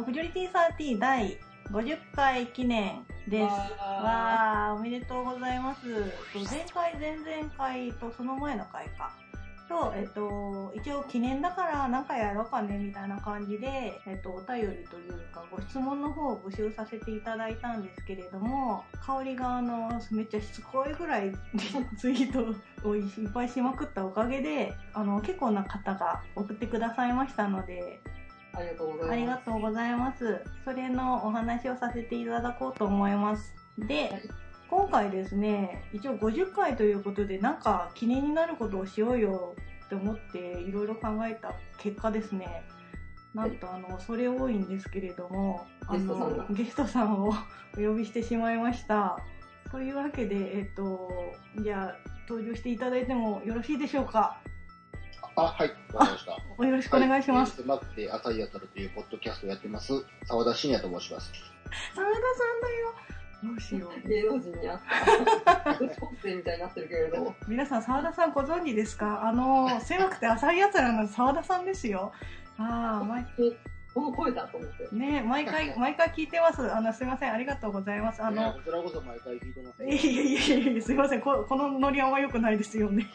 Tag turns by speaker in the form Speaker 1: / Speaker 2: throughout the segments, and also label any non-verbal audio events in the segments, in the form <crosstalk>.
Speaker 1: AT30 第50回記念です。
Speaker 2: わ
Speaker 1: わあ、おめでとうございます。と前回、前々回とその前の回か。と、えっと、一応記念だから何回やろうかね、みたいな感じで、えっと、お便りというか、ご質問の方を募集させていただいたんですけれども、香りが、あの、めっちゃしつこいぐらい <laughs> ツイートをいっぱいしまくったおかげで、あの、結構な方が送ってくださいましたので、
Speaker 2: ーありがとうご
Speaker 1: あ
Speaker 2: ざい
Speaker 1: り
Speaker 2: ま
Speaker 1: がとうございます。それのお話をさせていただこうと思います。
Speaker 2: は
Speaker 1: で
Speaker 2: い、
Speaker 1: 今回ですね、一応50回ということで、なんか記念になることをしようよって思って、いろいろ考えた結果ですね、なんとあの、それ多いんですけれども、あの、ゲストさんをお呼びしてしまいました。というわけで、えっと、じゃあ、登場していただいてもよろしいでしょうか。
Speaker 3: あ、はい、わかりました。
Speaker 1: およろしくお願いします。
Speaker 3: す。マックで朝日やたるというポッドキャストをやってます、沢田信也と申します。
Speaker 1: 沢田さんだよ。どうしよう。
Speaker 2: す。芸能人に会った。 <laughs> 高校生みたいになってるけれど。
Speaker 1: 皆さん澤田さんご存知ですかあの狭くて浅いやつらの澤田さんですよああ毎
Speaker 2: この声だと思って。 <laughs>
Speaker 1: ね毎回毎回聞いてますあのすいませんありがとうございますあ
Speaker 3: いや
Speaker 1: の
Speaker 3: こちらこそ毎回聞いてます、
Speaker 1: いやいやいやいやすいませんここのノリあんま良くないですよね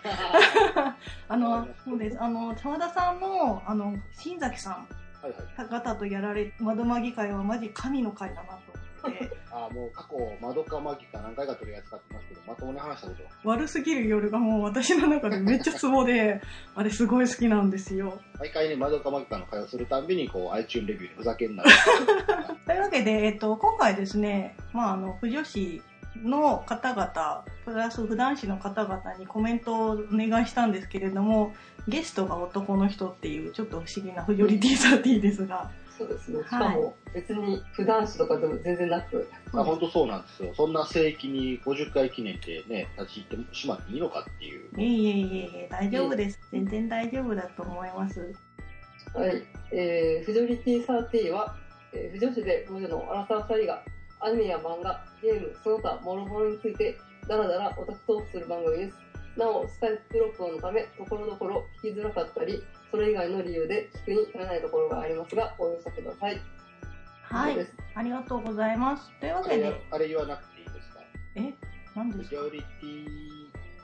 Speaker 1: あのそうですあの澤田さんのあの新崎さん
Speaker 3: はいはい。
Speaker 1: 方とやられ窓まぎ会はマジ神の会だなと思って
Speaker 3: <laughs> あ、もう過去、窓かマギか何回か取り扱ってますけど、まともに話したことは。
Speaker 1: 悪すぎる夜がもう私の中でめっちゃツボであれすごい好きなんですよ
Speaker 3: 毎回ね、窓かマギかの会話するたんびに、こう、iTune レビューでふざけんな
Speaker 1: <laughs>
Speaker 3: って。
Speaker 1: というわけで、えっと、今回ですね、まあ、あの、不女子の方々、プラス不男子の方々にコメントをお願いしたんですけれども、ゲストが男の人っていう、ちょっと不思議な不女リティサティですが、
Speaker 2: そうですね。しかも、別に普段子とかでも全然なく。
Speaker 3: あ、本当そうなんですよ。そんな聖域に50回記念ってね、立ち入ってしまっていいのかっていう。
Speaker 1: いえいえいえいえ、大丈夫です。全然大丈夫だと思います。
Speaker 2: はい。えー、フジョリティサーティは、えー、不女子で無女のアラサー2人が、アニメや漫画、ゲーム、その他、もろもろについて、だらだらオタクトークする番組です。なお、スカイプ録音のため、ところどころ聞きづらかったり、それ以外の理由で聞くに足らないところがありますが、ご容赦ください。
Speaker 1: は
Speaker 2: 以上
Speaker 1: い
Speaker 2: です。。
Speaker 1: ありがとうございます。というわ
Speaker 3: あ
Speaker 1: け
Speaker 3: れ
Speaker 1: で、
Speaker 3: あれ言わなくていいですか
Speaker 1: え、何
Speaker 3: フ
Speaker 1: です
Speaker 3: ジ
Speaker 1: か
Speaker 3: ョリティ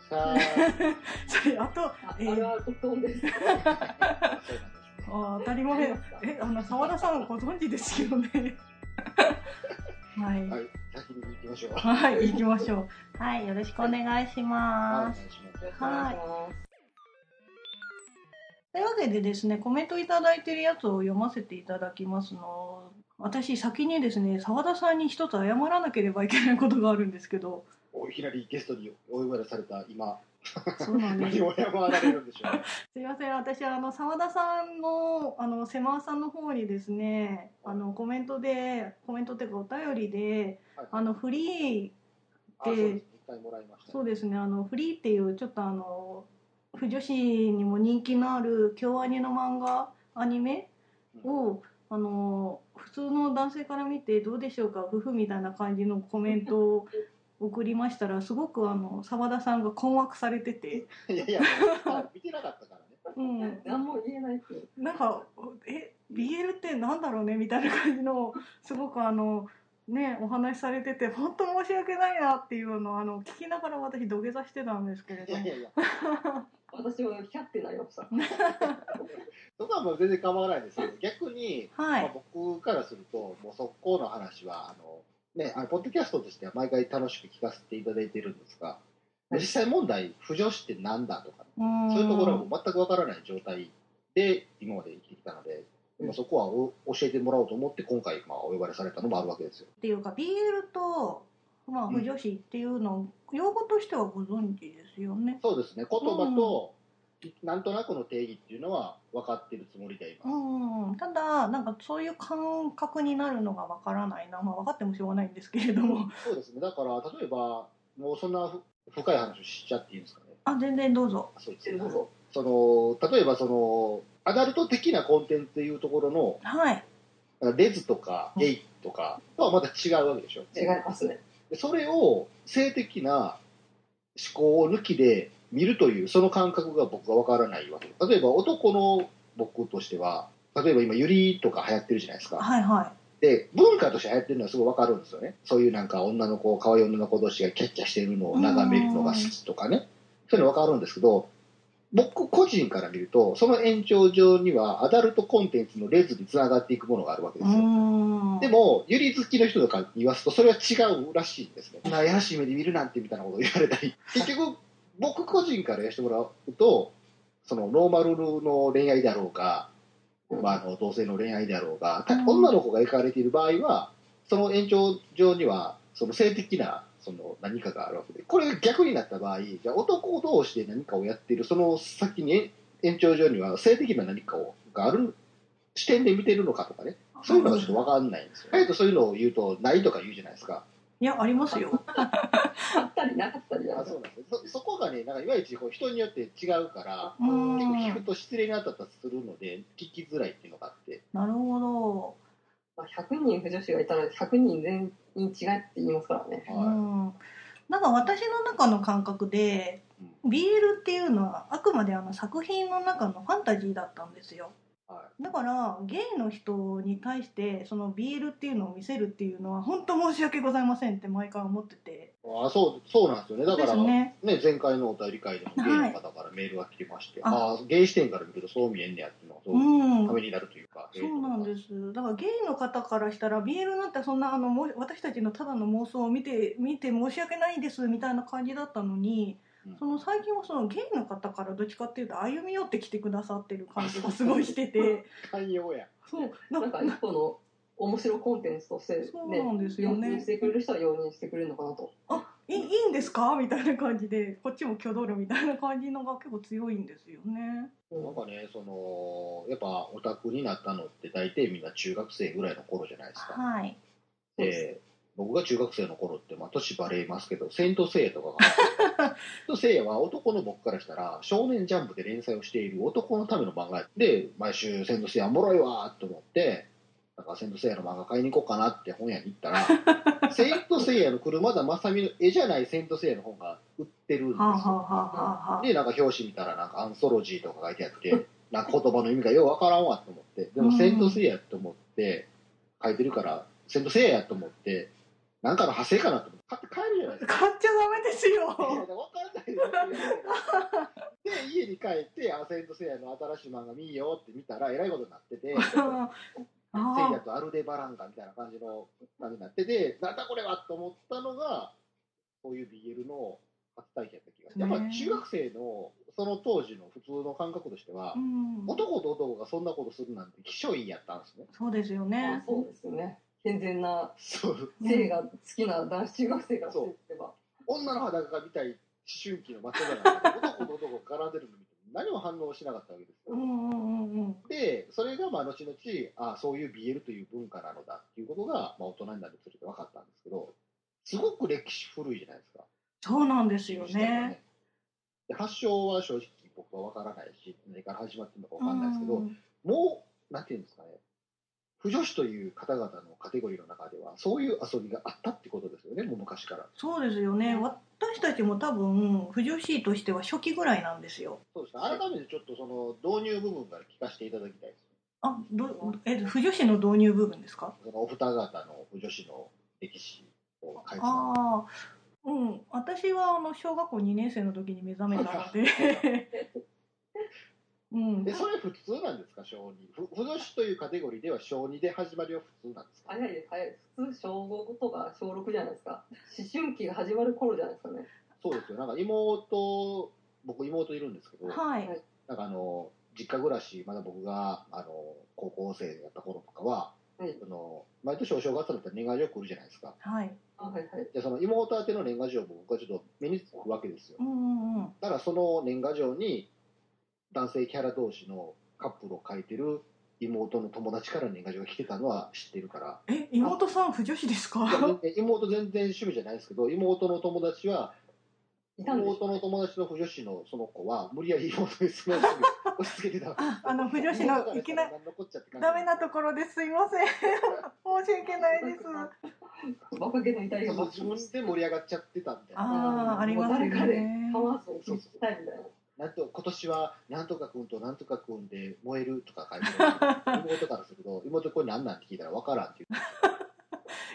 Speaker 3: さー。
Speaker 1: それ、あと、
Speaker 2: あ、
Speaker 1: えー
Speaker 2: あれは録音です。
Speaker 3: そうなんですね。
Speaker 1: あー当たり前。え、あの、沢田さんご存知ですよ <laughs> ね。はい。
Speaker 3: はい、先に行きましょう。はい、
Speaker 1: はい、行きましょう。はい、よろしくお願いし
Speaker 3: お願
Speaker 1: ま
Speaker 3: い
Speaker 1: す。
Speaker 3: します。
Speaker 1: はいというわけでですね、コメントいただいてるやつを読ませていただきますの。私、先にですね、澤田さんに一つ謝らなければいけないことがあるんですけど、
Speaker 3: おいきなりゲストにお呼ばれされた今、
Speaker 1: そうなんです
Speaker 3: 何を謝られるんでしょう。
Speaker 1: <laughs> すいません、私、あの、澤田さんの、あの、狭さんの方にですね、あの、コメントで、コメントっていうかお便りで、
Speaker 3: はい
Speaker 1: あの、フリー、
Speaker 3: あそうです一回もらいました。
Speaker 1: そうですね、あの、フリーっていう、ちょっとあの、不女子にも人気のある、京アニの漫画、アニメ
Speaker 3: うん
Speaker 1: を、あの普通の男性から見てどうでしょうか夫婦みたいな感じのコメント
Speaker 3: <laughs>
Speaker 1: を送りましたらすごくあの澤田さんが困惑されてて、
Speaker 3: いやいや、見てなかったからね。
Speaker 1: うん、
Speaker 2: 何も言えないっていう。
Speaker 1: なんか「え BL ってなんだろうね」みたいな感じのすごくあのねお話しされてて本当申し訳ないなっていうのをあの聞きながら私土下座してたんですけれ
Speaker 3: い
Speaker 1: ど
Speaker 3: やい
Speaker 1: も
Speaker 3: やいや、
Speaker 2: 私はキャッてなり
Speaker 1: <laughs>
Speaker 2: ました。
Speaker 3: そこはもう全然構わないですけど、逆に、
Speaker 1: は
Speaker 3: まあ
Speaker 1: い、
Speaker 3: 僕からすると、もう速攻の話は、あの、ね、あのポッドキャストとしては毎回楽しく聞かせていただいてるんですが、実際問題、不女子ってなんだとか、
Speaker 1: うん
Speaker 3: そういうところはもう全くわからない状態で今まで生きてきたので、
Speaker 2: うん
Speaker 3: まあそこはお教えてもらおうと思って今回まあお呼ばれされたのもあるわけですよ。
Speaker 1: っていうか BL と、まあ、
Speaker 3: うん
Speaker 1: 不女子っていうのを用語としてはご存知ですよね。
Speaker 3: そうですね、言葉と、なんとなくの定義っていうのは分かってるつもりでいうます。
Speaker 1: んうん、ただなんかそういう感覚になるのがわからないな、まあ、分かってもしょうがないんですけれども
Speaker 3: そうですね、だから例えば、もうそんなふ深い話をしちゃっていいんですかね。
Speaker 1: あ全然どうぞ
Speaker 3: そうです
Speaker 2: え
Speaker 3: ね
Speaker 2: どうぞ。
Speaker 3: その例えばその、アダルト的なコンテンツというところ
Speaker 1: はい
Speaker 3: の、レズとかゲイとかとはまた違うわけでしょ。
Speaker 2: 違いますね。
Speaker 3: でそれを性的な思考を抜きで見るというその感覚が僕がわからないわけ例えば男の僕としては例えば今ユリとか流行ってるじゃないですか
Speaker 1: はいは
Speaker 3: で、文化として流行ってるのはすごいわかるんですよね。そういうなんか女の子、可愛い女の子同士がキャッキャしてるのを眺めるのが好きとかね。そういうのわかるんですけど、僕個人から見ると、その延長上にはアダルトコンテンツのレズに繋がっていくものがあるわけですよ。
Speaker 1: ん
Speaker 3: で、も、ゆり好きの人とかに言わすと、それは違うらしいんですね。こんなやらしい目で見るなんてみたいなことを言われたり。 <laughs> 結局、僕個人からやしてもらうと、そのノーマルの恋愛だろうが、まあ、あの同性の恋愛だろうが、た
Speaker 1: うん
Speaker 3: 女の子が描かれている場合は、その延長上には、その性的なその何かがあるわけで、これが逆になった場合、じゃあ男同士で何かをやっている、その先に延長上には性的な何かをがある視点で見てるのかとかね。そういうのがちょっと分かんないんですよ。あえてそういうのを言うと、ないとか言うじゃないですか。
Speaker 1: いや、ありますよ。
Speaker 2: あったりなかったりだ
Speaker 3: あそうなんですねそそこがね、なんかいまいちこう人によって違うから、
Speaker 1: うん
Speaker 3: 結構聞くと失礼に当たったりするので、聞きづらいっていうのがあって。
Speaker 1: なるほど。
Speaker 2: まあ、100人不女子がいたら100人全員違いって言いますからね。
Speaker 1: う
Speaker 3: は
Speaker 1: ん。なんか私の中の感覚で、
Speaker 3: い。うん
Speaker 1: ビールっていうのはあくまであの作品の中のファンタジーだったんですよ。
Speaker 3: は
Speaker 1: だからゲイの人に対してそのビールっていうのを見せるっていうのは本当申し訳ございませんって毎回思ってて
Speaker 3: い、あそうそうなんですよね、だ
Speaker 1: で
Speaker 3: から
Speaker 1: す
Speaker 3: ね
Speaker 1: ね
Speaker 3: 前回のお便り会でも、ゲイの方からメールが来てまして、
Speaker 1: はい
Speaker 3: ああ、ゲイ視点から見るとそう見えんねやっていうのが、そうう、
Speaker 1: ん
Speaker 3: ためになるというか、
Speaker 1: そうなんですだからゲイの方からしたらビールなんてそんなあのもう私たちのただの妄想を見て見て申し訳ないですみたいな感じだったのに、
Speaker 3: うん
Speaker 1: その最近はそのゲイの方からどっちかっていうと歩み寄ってきてくださってる感じがすごいしてて
Speaker 3: 寛容や。
Speaker 1: そう <laughs> な
Speaker 2: なんん
Speaker 1: か
Speaker 2: か一個の面白コンテンツとして、ね、
Speaker 1: そうなんですよね
Speaker 2: 容認してくれる人は容認してくれるのかなと。
Speaker 1: あいいいいんですかみたいな感じでこっちも挙動るみたいな感じのが結構強いんですよね。
Speaker 2: うん
Speaker 3: なんかね、その、やっぱオタクになったのって大体みんな中学生ぐらいの頃じゃないですか。
Speaker 1: はい。
Speaker 3: で僕が中学生の頃って、まあ、年バレますけど、セントセイヤとかが、セントセイヤは男の僕からしたら、少年ジャンプで連載をしている男のための漫画で、毎週セントセイヤおもろいわーと思って、なんかセントセイヤの漫画買いに行こうかなって本屋に行ったら、セントセイヤの車田正美の絵じゃないセントセイヤの本が売ってるんです
Speaker 1: はあ、はあ
Speaker 3: よ。
Speaker 1: はあはあはあ。
Speaker 3: で、なんか表紙見たら、なんかアンソロジーとか書いてあって、なんか言葉の意味がようわからんわと思って、でも
Speaker 1: うん
Speaker 3: セントセイヤと思って、書いてるから、セントセイヤやと思って、なんかの派生かなと思って、買って帰るじゃないですか。
Speaker 1: 買っちゃダメです
Speaker 3: いや <laughs> わ
Speaker 1: よ。
Speaker 3: かんないよって言うで、家に帰って、あ、セントセイヤの新しい漫画見いよって見たら、えらいことになってて、セイ
Speaker 1: あ
Speaker 3: ヤ
Speaker 1: あ。
Speaker 3: とアルデバランがみたいな感じの、なんになってて、なんだこれはと思ったのが、そういう BL の初体験だった気がする。やっぱ中学生の、その当時の普通の感覚としては
Speaker 1: う、ん。
Speaker 3: 男と男がそんなことするなんて、気象院やったんですね。
Speaker 1: そうですよ
Speaker 2: まあ
Speaker 1: ね。
Speaker 2: そうですよね。健全な
Speaker 3: そう。
Speaker 2: 性が好きな男子中学生からしてみれば。
Speaker 3: 女の裸が見たい思春期の真っ只中で、男と男が絡んでるの見て、何も反応しなかったわけです
Speaker 1: う
Speaker 3: よ。
Speaker 1: んうんうんうん。
Speaker 3: で、それがまあ後々、ああ、そういう BL という文化なのだっていうことが、まあ大人になるにつれて分かったんですけど、すごく歴史古いじゃないですか。
Speaker 1: そうなんですよ
Speaker 3: 時代が
Speaker 1: ね。。
Speaker 3: で発祥は正直僕は分からないし、何から始まってるのか
Speaker 1: う
Speaker 3: 分かんないですけど、
Speaker 1: ん
Speaker 3: もう、なんていうんですかね、不女子という方々のカテゴリーの中では、そういう遊びがあったってことですよね、もう昔から。
Speaker 1: そうですよね。私たちも多分不女子としては初期ぐらいなんですよ。
Speaker 3: そうですね、改めてちょっとその導入部分から聞かせていただきたいです。
Speaker 1: あ、どえ不女子の導入部分ですか？
Speaker 3: そのお二方の不女子の歴史を解説
Speaker 1: ああ。うん、私はあの小学校2年生の時に目覚めたので、
Speaker 3: <laughs>
Speaker 1: うん、
Speaker 3: で、それ普通なんですか、小二。不不女子というカテゴリーでは小二で始まりは普通なんですか
Speaker 2: 早いです、早いです。普通、小5とか小6じゃないですか。思春期が始まる頃じゃないですかね。
Speaker 3: そうですよ、なんか妹、僕妹いるんですけど、
Speaker 1: はい、
Speaker 3: なんかあの、実家暮らし、まだ僕が、あの、高校生やった頃とかは、
Speaker 2: はい
Speaker 3: あの毎年お正月だったら年賀状来るじゃないですか。
Speaker 1: はい、
Speaker 2: あはいはい。
Speaker 3: で、その妹宛ての年賀状も僕はちょっと目につくわけですよ
Speaker 1: う。んうんうん、
Speaker 3: だからその年賀状に男性キャラ同士のカップルを書いてる妹の友達から年賀状が来てたのは知ってるから
Speaker 1: え妹さん不女子ですか？
Speaker 3: え妹全然趣味じゃないですけど妹の友達はい
Speaker 2: たんです
Speaker 3: 妹の友達の不女子のその子は無理やり妹にその趣味を
Speaker 1: <laughs>
Speaker 3: 押し付けてた
Speaker 1: ああの不女子のいきなり
Speaker 3: 残っちゃって感じ
Speaker 1: <laughs> ダメなところですいません申し訳ないです。
Speaker 2: バカげの至りが
Speaker 3: そう
Speaker 2: 爆
Speaker 3: 自分
Speaker 2: 発
Speaker 3: で盛り上がっちゃってたみたいな
Speaker 1: あーありますよね
Speaker 2: もう誰かで、ハマースを聞きたいみたいな。
Speaker 3: なんと今年はなんとかくんとなんとかくんで燃えるとか書いてある妹からすると妹これ何なんって聞いたら分からんっていう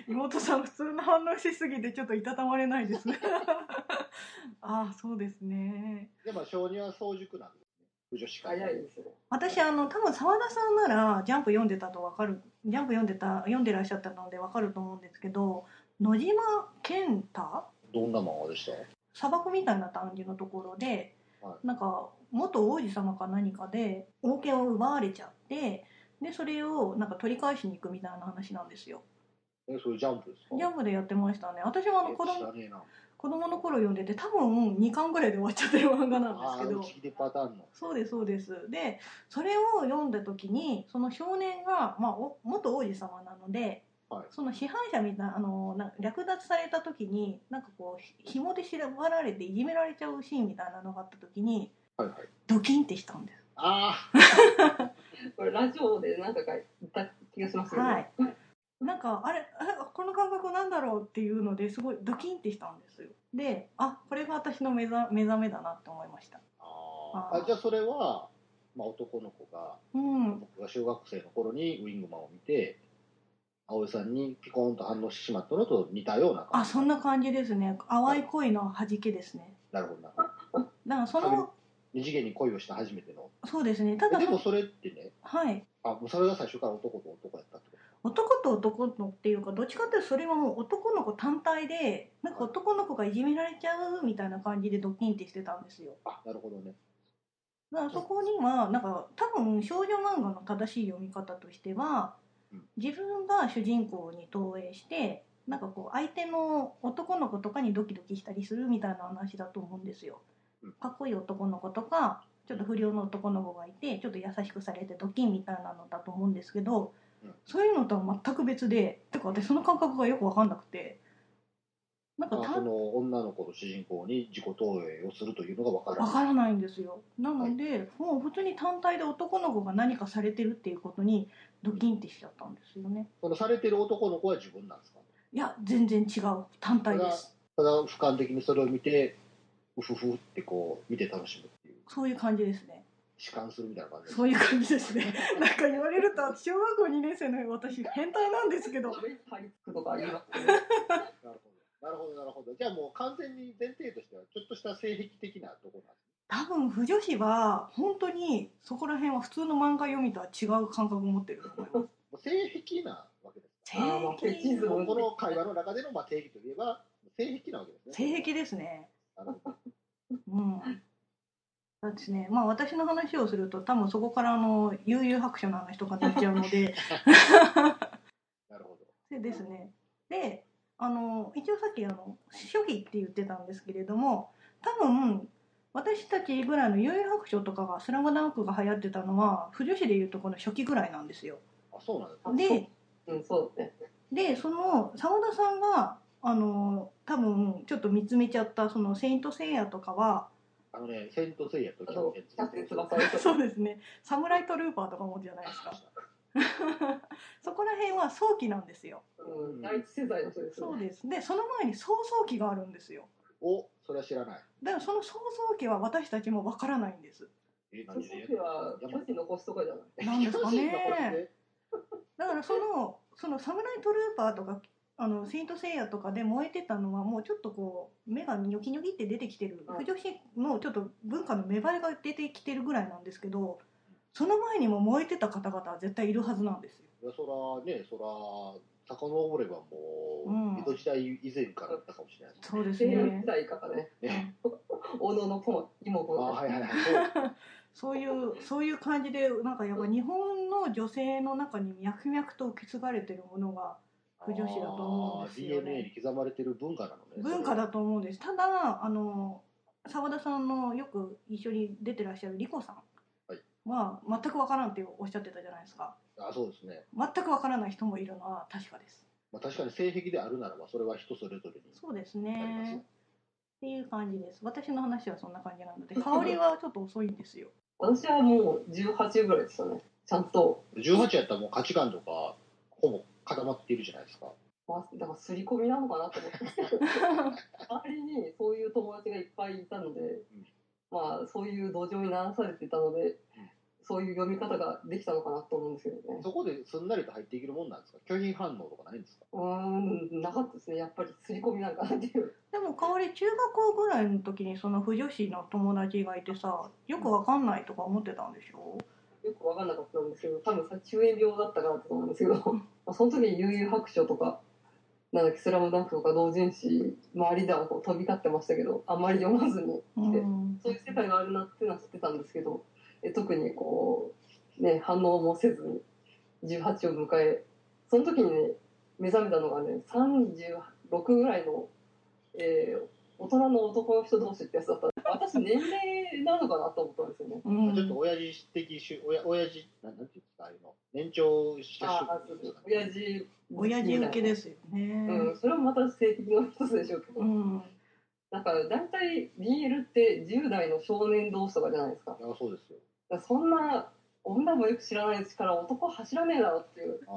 Speaker 1: 妹さん普通の反応しすぎてちょっといたたまれないです <laughs> ねああそうですね
Speaker 3: でも小児は早熟なんですね不女子会
Speaker 2: 早いですね。
Speaker 1: 私あの多分澤田さんならジャンプ読んでたとわかるジャンプ読んでた読んでらっしゃったのでわかると思うんですけど野島健太
Speaker 3: どんな漫画でした
Speaker 1: 砂漠みたいな感じのところで、
Speaker 3: は
Speaker 1: なんか元王子様か何かで王権を奪われちゃってでそれをなんか取り返しに行くみたいな話なんですよ
Speaker 3: えそれジャンプですか
Speaker 1: ジャンプでやってましたね私はあの子
Speaker 3: え知
Speaker 1: 供
Speaker 3: らねえな
Speaker 1: 子供の頃読んでて多分2巻ぐらいで終わっちゃってる漫画なん
Speaker 3: ああ
Speaker 1: ですけど
Speaker 3: 打ち切りパターンの
Speaker 1: そうですそうですでそれを読んだ時にその少年が、まあ、お元王子様なので、
Speaker 3: はい
Speaker 1: その支配者みたいなあのなんか略奪された時になんかこうひ紐で縛られていじめられちゃうシーンみたいなのがあった時に
Speaker 3: はいはい
Speaker 1: ドキンってしたんです
Speaker 3: あ
Speaker 2: これラジオで何か言った気がしますよね。
Speaker 1: はいなんかあれあこの感覚なんだろうっていうのですごいドキンってしたんですよであこれが私の目覚目覚めだなって思いました
Speaker 3: ーあーあじゃあそれは、まあ、男の子が
Speaker 1: うん
Speaker 3: 僕が小学生の頃にウィングマンを見て葵さんにピコーンと反応してしまったのと似たような感
Speaker 1: あ
Speaker 3: じ
Speaker 1: そんな感じですね淡い恋の弾けですね
Speaker 3: なるほどなるほど
Speaker 1: だからその
Speaker 3: 二次元に恋をした初めての
Speaker 1: そうですねただ
Speaker 3: えでもそれってね
Speaker 1: はい
Speaker 3: あもうそれが最初から男と男やったってこ
Speaker 1: 男と男のっていうかどっちかっていうとそれはもう男の子単体でなんか男の子がいじめられちゃうみたいな感じでドキンってしてたんですよ
Speaker 3: とあなるほどね
Speaker 1: だからそこにはなんか多分少女漫画の正しい読み方としては
Speaker 3: うん
Speaker 1: 自分が主人公に投影してなんかこう相手の男の子とかにドキドキしたりするみたいな話だと思うんですよ
Speaker 3: うん。
Speaker 1: かっこいい男の子とかちょっと不良の男の子がいてちょっと優しくされてドキンみたいなのだと思うんですけど
Speaker 3: うん
Speaker 1: そういうのとは全く別でてか私その感覚がよく分かんなくてなんか
Speaker 3: あそ
Speaker 1: 単
Speaker 3: の女の子の主人公に自己投影をするというのが分から
Speaker 1: わ
Speaker 3: な
Speaker 1: か
Speaker 3: い
Speaker 1: らないんですよなので、もう普通に単体で男の子が何かされてるっていうことにドキンってしちゃったんですよね
Speaker 3: そのされてる男の子は自分なんですか
Speaker 1: いや全然違う単体です
Speaker 3: ただ俯瞰的にそれを見てうふふってこう見て楽しむっていう
Speaker 1: そういう感じですね
Speaker 3: 弛緩するみたいな感じ
Speaker 1: そういう感じですね <laughs> なんか言われると小学校2年生の私変態なんですけど
Speaker 2: 食べ張り付くとかありますけど、
Speaker 3: なるほどなるほどなるほどじゃあもう完全に前提としてはちょっとした性癖的なところなんです
Speaker 1: 多分腐女子は本当にそこら辺は普通の漫画読みとは違う感覚を持ってると思います
Speaker 3: もう性癖なわけです
Speaker 1: 性
Speaker 2: <laughs> あーまあフェチズ
Speaker 1: 癖
Speaker 2: ム
Speaker 3: この会話の中でのまあ定義といえば性癖なわけですね
Speaker 1: 性癖ですね
Speaker 3: なるほど
Speaker 1: うん。そうですね。まあ私の話をすると多分そこからあの悠々白書の話とかになっちゃうの
Speaker 3: <laughs>
Speaker 1: で、
Speaker 3: なるほど
Speaker 1: でですね。で、あの一応さっきあの初期って言ってたんですけれども、多分私たちぐらいの悠々白書とかがスラムダンクが流行ってたのは不女子でいうとこの初期ぐらいなんですよ。
Speaker 3: あそうなんですね
Speaker 1: で、
Speaker 2: うん、そうですね。
Speaker 1: でその澤田さんがあの多分ちょっと見つめちゃったその「セイント・セイヤ」とかは
Speaker 3: あのね「セント・セイヤ」と
Speaker 2: あの、
Speaker 3: キ
Speaker 2: キ
Speaker 3: ャ
Speaker 2: ャ
Speaker 3: プテ
Speaker 2: プテ
Speaker 3: ン
Speaker 2: ン
Speaker 3: 翼を
Speaker 2: 翼を
Speaker 1: <laughs>
Speaker 2: ちょ
Speaker 1: そ
Speaker 2: っ
Speaker 1: うですね「サムライト・ルーパー」とかもじゃない <laughs> ですかそこら辺は早期なんですよ。
Speaker 2: と、うん、第一世代の人ですよ
Speaker 1: そう
Speaker 2: ね。
Speaker 1: です。で、その前に早々期があるんですよ。
Speaker 3: おそれは知らない
Speaker 1: だからその早々期は私たちもわからないんです。
Speaker 3: え
Speaker 2: その時は巨人の星とかじゃない。
Speaker 1: なんですかね
Speaker 3: 巨人の星で
Speaker 1: だからその、そのサムライトルーパーとか、あの、セイントセイヤとかで燃えてたのはもうちょっとこう、目がニョキニョキって出てきてる、
Speaker 2: うん
Speaker 1: 不女子のちょっと文化の芽生えが出てきてるぐらいなんですけど、その前にも燃えてた方々は絶対いるはずなんですよ。
Speaker 3: いやそらねそら遡ればもう、
Speaker 1: うん
Speaker 3: 江戸時代以前からだったかもしれないです
Speaker 1: そうです
Speaker 2: 西洋
Speaker 1: ね
Speaker 2: 時。代からね、
Speaker 3: ね。
Speaker 2: <laughs> 小野の友、妹
Speaker 3: あ
Speaker 2: の
Speaker 3: はいはいはい。そう
Speaker 1: そういう、そういう感じで、なんかやっぱ日本の女性の中に脈々と受け継がれてるものが、不女子だと思うんですよね
Speaker 3: あー DNA に刻まれてる文化なのね。
Speaker 1: 文化だと思うんですただあの澤田さんのよく一緒に出てらっしゃるリコさんは全くわからんっておっしゃってたじゃないですか
Speaker 3: あそうですね。
Speaker 1: 全くわからない人もいるのは確かです
Speaker 3: まあ確かに性癖であるならばそれは人それぞれに
Speaker 1: そうです
Speaker 3: ありますね。
Speaker 1: ねっていう感じです私の話はそんな感じな <laughs> ので香りはちょっと遅いんですよ
Speaker 2: 私はもう18ぐらいですよね。ちゃんと、
Speaker 3: 18やったらもう価値観とかほぼ固まっているじゃないですか。
Speaker 2: ま <laughs> あ、だから刷り込 <laughs> みなのかなと思って。周りにそういう友達がいっぱいいたので、まあ、そういう土壌に流されてたので、そういう読み方ができたのかなと思うんですけどね。
Speaker 3: そこですんなりと入っていけるもんなんですか拒否反応とかないんですか
Speaker 2: うーん、なかったですね。やっぱり刷り込みなんかなっていう。
Speaker 1: でも香り中学校ぐらいの時にその腐女子の友達がいてさよくわかんないとか思ってたんでしょ
Speaker 2: よくわかんなかったんですけど、多分さ、中炎病だったからだと思うん <laughs> ですけど、まあその時に悠々白書とか、なんだっけ、スラムダンクとか同人誌、周りではこう飛び交ってましたけど、あんまり読まずに
Speaker 1: う
Speaker 2: 来て、
Speaker 1: ん
Speaker 2: そういう世界があるなっていうのは知ってたんですけど、え特にこう、ね、反応もせずに、18を迎え、その時にね、目覚めたのがね、36ぐらいの、えー大人の男の人同士ってやつだったんで私、年齢なのかなと思ったんですよね。
Speaker 1: うん
Speaker 3: ちょっと親父的しゅ、親親父、なんなんていうんですか、あの、年長した
Speaker 2: ああ、
Speaker 3: 主
Speaker 2: そう
Speaker 3: 婦
Speaker 2: そう親父。
Speaker 1: 親父受けですよ
Speaker 2: う
Speaker 1: ね
Speaker 2: ん、それもまた性的の一つでしょうけど、
Speaker 1: うん
Speaker 2: なんか大体 BL って10代の少年同士とかじゃないですかだか
Speaker 3: いや、そうですよ。
Speaker 2: らそんな女もよく知らないうちから男は走らねえだろっていう気が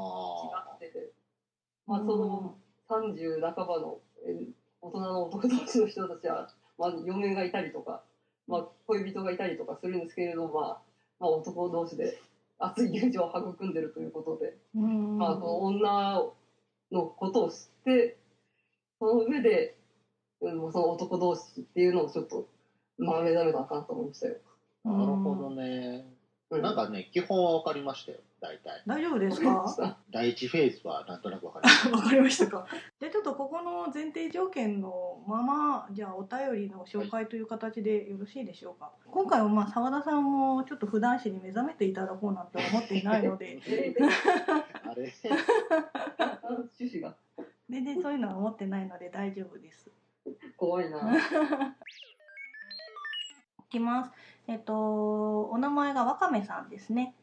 Speaker 3: あ
Speaker 2: してて、まあ、その30半ばのえー大人の男同士の人たちは、まあ、嫁がいたりとか、まあ、恋人がいたりとかするんですけれど、まあまあ、男同士で熱い友情を育んでるということで。
Speaker 1: うん
Speaker 2: まあ、その女のことを知って、その上で、うん、その男同士っていうのをちょっと、まあ、目覚めたらあかんと思いましたよ。
Speaker 3: あ、なるほどね。
Speaker 2: うん、
Speaker 3: なんかね、基本は分かりましたよ、大体。
Speaker 1: 大丈夫です
Speaker 2: わかりま
Speaker 1: か
Speaker 2: した <laughs>
Speaker 3: 第一フェーズはなんとなく分かりました。、
Speaker 1: わかりましたか。じゃあちょっとここの前提条件のまま、じゃあお便りの紹介という形でよろしいでしょうか。今回はまあ澤田さんもちょっと普段誌に目覚めていただこうなんて思ってい <laughs> ないので
Speaker 3: <laughs>
Speaker 2: え
Speaker 3: あれ
Speaker 2: ー趣旨が
Speaker 1: 全然そういうのは思ってないので大丈夫です。
Speaker 2: 怖い
Speaker 1: <laughs>
Speaker 2: な。
Speaker 1: いきます。えっと、お名前がわかめさんですね。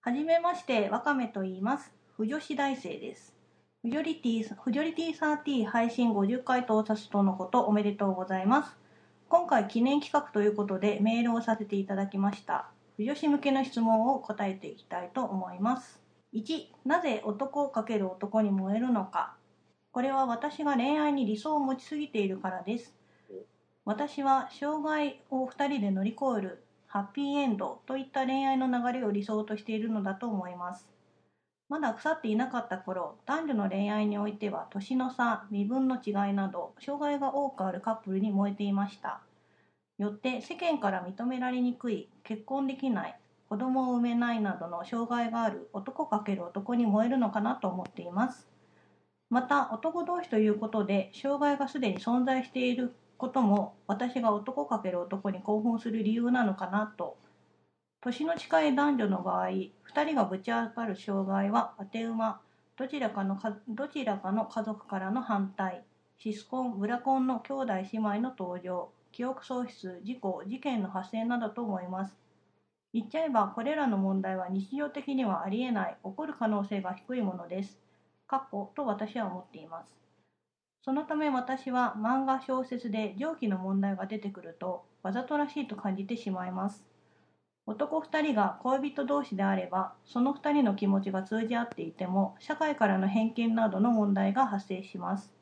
Speaker 1: はじめまして、わかめと言います。不女子大生です。フジョリティ、フジョリティ30配信50回到達とのことおめでとうございます。今回記念企画ということでメールをさせていただきました。不女子向けの質問を答えていきたいと思います。1、なぜ男かける男に燃えるのか。これは私が恋愛に理想を持ちすぎているからです。私は障害を2人で乗り越えるハッピーエンドといった恋愛の流れを理想としているのだと思いますまだ腐っていなかった頃男女の恋愛においては年の差身分の違いなど障害が多くあるカップルに燃えていましたよって世間から認められにくい結婚できない子供を産めないなどの障害がある男×男に燃えるのかなと思っていますまた男同士ということで障害がすでに存在していることも私が男かける男に興奮する理由なのかなと年の近い男女の場合2人がぶち当たる障害は当て馬どちらかのかどちらかの家族からの反対シスコンブラコンの兄弟姉妹の登場記憶喪失事故事件の発生などと思います言っちゃえばこれらの問題は日常的にはありえない起こる可能性が低いものですかっこと私は思っていますそのため私は漫画小説で上記の問題が出てくるとわざとらしいと感じてしまいます男2人が恋人同士であればその2人の気持ちが通じ合っていても社会からの偏見などの問題が発生します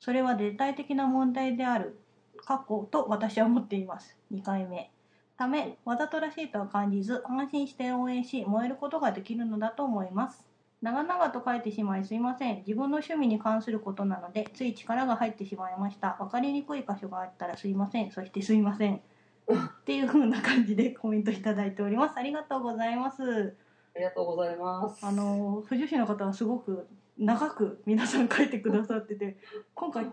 Speaker 1: それは絶対的な問題である過去と私は思っています2回目ためわざとらしいとは感じず安心して応援し燃えることができるのだと思います長々と書いてしまいすいません自分の趣味に関することなのでつい力が入ってしまいました分かりにくい箇所があったらすいませんそしてすいませんっていう風な感じでコメントいただいておりますありがとうございます
Speaker 2: ありがとうございます。
Speaker 1: あの不女子の方はすごく長く皆さん書いてくださってて今回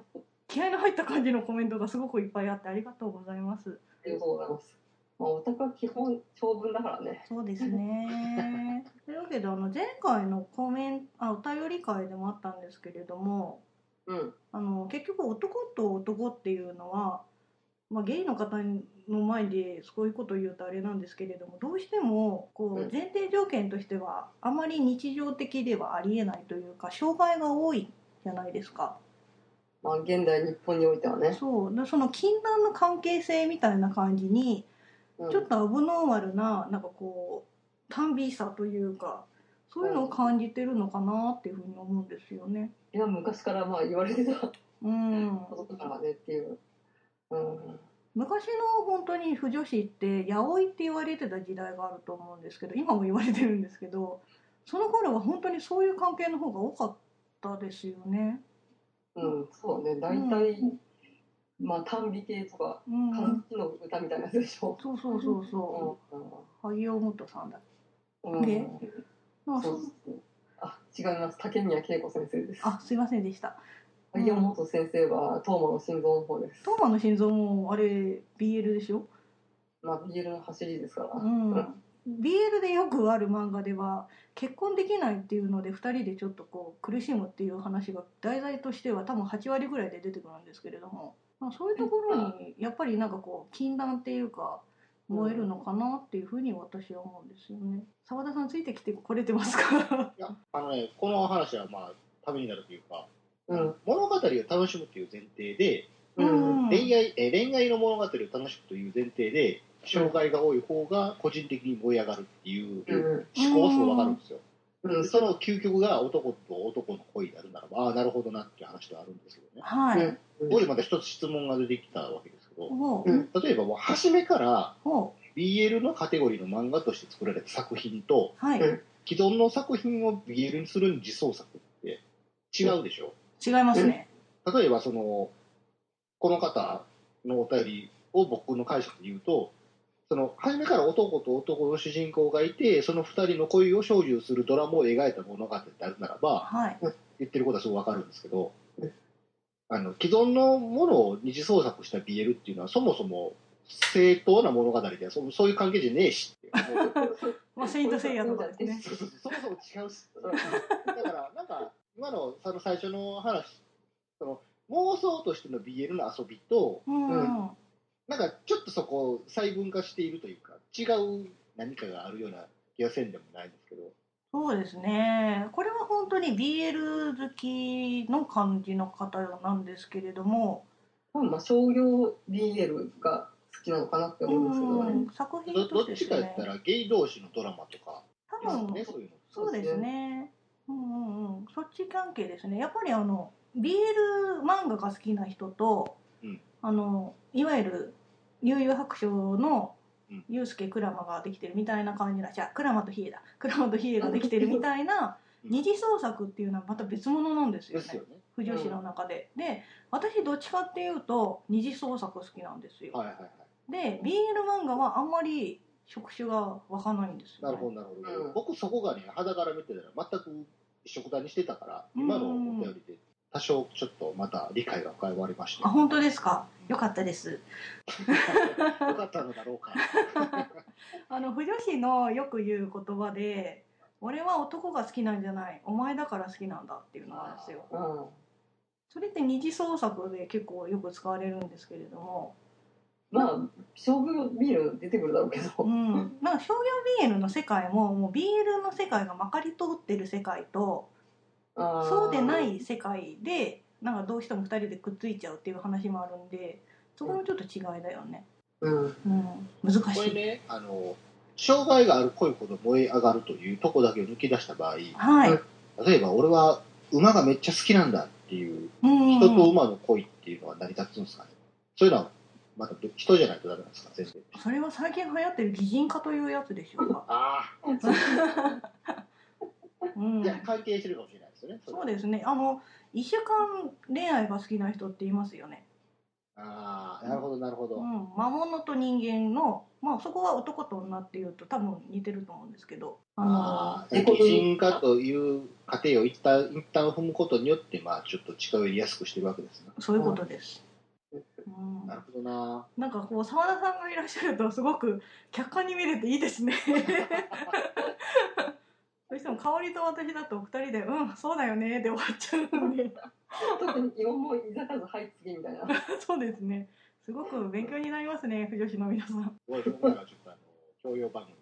Speaker 1: 気合の入った感じのコメントがすごくいっぱいあってありがとうございます
Speaker 2: ありがとうございます。まあ、オタクは基本、長文だからね。
Speaker 1: そうですね。 <laughs> というわけであの前回のコメンあお便り会でもあったんですけれども
Speaker 2: うん。
Speaker 1: あの結局男と男っていうのは、まあ、ゲイの方の前でそういうことを言うとあれなんですけれどもどうしてもこ
Speaker 2: うん
Speaker 1: う前提条件としてはあまり日常的ではありえないというか障害が多いじゃないですか。
Speaker 2: まあ、現代日本においてはね。
Speaker 1: そうでその禁断の関係性みたいな感じに
Speaker 2: うん、
Speaker 1: ちょっとアブノーマルな、なんかこう、単美さというか、そういうのを感じてるのかなっていうふうに思うんですよね。
Speaker 2: いや、昔からまあ言われてた
Speaker 1: うん。
Speaker 2: ことだからねっていう。うん。
Speaker 1: 昔の本当に腐女子って八百いって言われてた時代があると思うんですけど今も言われてるんですけどその頃は本当にそういう関係の方が多かったですよね。
Speaker 2: うん、そうね、大体、まあ、短美系とか、
Speaker 1: うん、
Speaker 2: 歌舞伎の歌みたいなやつでしょ。
Speaker 1: そうそうそうそ
Speaker 2: うん
Speaker 1: う萩尾元さんだっ
Speaker 2: うん
Speaker 1: でけ、まあ、
Speaker 2: そ
Speaker 1: そう
Speaker 2: ですね。あ、違います。竹宮恵子先生です。
Speaker 1: あすいませんでした
Speaker 2: 萩尾元先生は、トーマの心臓の方です。
Speaker 1: トーマの心臓もあれ BL でしょ、
Speaker 2: まあ、BL の走りですから。
Speaker 1: う
Speaker 2: うんん、
Speaker 1: BL でよくある漫画では結婚できないっていうので2人でちょっとこう苦しむっていう話が題材としては多分8割ぐらいで出てくるんですけれども、まあ、そういうところにやっぱりなんかこう禁断っていうか燃えるのかなっていうふうに私は思うんですよね澤田さんついてきてこれてますか
Speaker 3: いやあのね、この話はまあ、ためになるというか、
Speaker 2: うん。
Speaker 3: 物語を楽しむという前提で、
Speaker 2: うん。
Speaker 3: 恋愛えー恋愛の物語を楽しむという前提で、障害が多い方が個人的に燃え上がるっていう
Speaker 2: うん。
Speaker 3: 思考はすごいわかるんですよ。
Speaker 2: うん。
Speaker 3: その究極が男と男の恋であるならば、ああ、なるほどなっていう話ではあるんですけどね。
Speaker 1: はい、
Speaker 2: うん
Speaker 3: ここでまた一つ質問が出てきたわけですけど、
Speaker 1: ほ
Speaker 2: う
Speaker 1: うん
Speaker 3: 例えばもう初めから
Speaker 1: ほ
Speaker 3: BL のカテゴリーの漫画として作られた作品と、
Speaker 1: うはいう
Speaker 3: 既存の作品を BL にする自創作って違うでしょ、
Speaker 1: 違いますね
Speaker 3: 例えばその、この方のお便りを僕の解釈で言うと、その初めから男と男の主人公がいて、その二人の恋を成就するドラマを描いた物語であるならば、
Speaker 1: はい
Speaker 3: 言ってることはすごいわかるんですけど
Speaker 2: うん、
Speaker 3: あの既存のものを二次創作した BL っていうのはそもそも正当な物語でそそういう関係じゃねえしって思う
Speaker 1: まあセイントセイヤとかです <laughs> ね
Speaker 3: そうそうそうそもそも違うしだからなんか今のその最初の話その妄想としての BL の遊びと
Speaker 1: うん、
Speaker 2: うん
Speaker 3: なんかちょっとそこを細分化しているというか違う何かがあるような気がせんでもないんですけど
Speaker 1: そうですね。これは本当に BL 好きの感じの方なんですけれども、
Speaker 2: まあ、商業 BL が好きなのかなって思うんですけどね。
Speaker 1: うん作品
Speaker 3: どど
Speaker 1: と
Speaker 3: っ
Speaker 1: して
Speaker 3: ちか
Speaker 1: です
Speaker 3: やっ
Speaker 1: ね
Speaker 3: た。らゲイ同士のドラマとかで
Speaker 1: 多
Speaker 3: すよ
Speaker 1: 分
Speaker 3: ねそういうの
Speaker 1: そうですね。うんうんうん。そっち関係ですね。やっぱりあの BL 漫画が好きな人と、
Speaker 3: うん
Speaker 1: あのいわゆる悠々白書の
Speaker 3: うん
Speaker 1: ユウスケクラマができてるみたいな感じな、じゃあクラマとヒエだ、クラマとヒエができてるみたいな
Speaker 3: うん
Speaker 1: 二次創作っていうのはまた別物なんですよ
Speaker 3: で
Speaker 1: ね
Speaker 3: す。よね
Speaker 1: 不女子の中で、で私どっちかっていうと二次創作好きなんですよ、
Speaker 3: はいはいはい
Speaker 1: で BL 漫画はあんまり職種がわかんないんですよ、
Speaker 3: な
Speaker 1: ね、
Speaker 3: るほどなるほど、
Speaker 2: うん
Speaker 3: 僕そこがね肌から見てたら全く一緒くたにしてたから
Speaker 1: うん
Speaker 3: 今のお便りで多少ちょっとまた理解が深まりま
Speaker 1: <laughs>
Speaker 3: した
Speaker 1: あ本当ですかよかったです
Speaker 3: よかったのだろうか
Speaker 1: あの不女子のよく言う言葉で俺は男が好きなんじゃないお前だから好きなんだっていうのがあるんですよ
Speaker 2: うん。
Speaker 1: それって二次創作で結構よく使われるんですけれども、
Speaker 2: まあ、商業 BL 出てくるだろうけど。
Speaker 1: うん、なんか商業 BL の世界ももう BL の世界がまかり通ってる世界と
Speaker 2: あー
Speaker 1: そうでない世界でなんかどうしても2人でくっついちゃうっていう話もあるんでそこもちょっと違いだよね、
Speaker 2: うん。
Speaker 1: うん、難し
Speaker 3: これ
Speaker 1: い、
Speaker 3: ねあの障害がある恋ほど燃え上がるというとこだけを抜き出した場合
Speaker 1: はい、
Speaker 2: うん
Speaker 3: 例えば俺は馬がめっちゃ好きなんだっていう
Speaker 1: うん
Speaker 3: 人と馬の恋っていうのは成り立つんですかね、そういうのはまた人じゃないとダメなんですか全然
Speaker 1: それは最近流行ってる擬人化というやつでしょうか、
Speaker 3: あ
Speaker 1: うん
Speaker 3: い、や関係してるかもしれないですよねれは
Speaker 1: そうですねあの一週間恋愛が好きな人っていますよね、
Speaker 3: ああなるほどなるほど、
Speaker 1: うん、魔物と人間のまあそこは男と女っていうと多分似てると思うんですけどあの
Speaker 3: ああ擬人化という過程を一旦一旦踏むことによってまあちょっと近寄りやすくしてるわけですね
Speaker 1: そういうことです、
Speaker 2: う
Speaker 1: うん
Speaker 3: なるほどな
Speaker 1: なんかこう澤田さんがいらっしゃるとすごく客観に見れていいですね。どうしても香りと私だとお二人で「うんそうだよね」で終わっちゃうんで
Speaker 2: 特に今も居酒屋はい次みたいな。
Speaker 1: そうですねすごく勉強になりますね不女子の皆さん
Speaker 3: すごい僕らがちょっとあの教養番組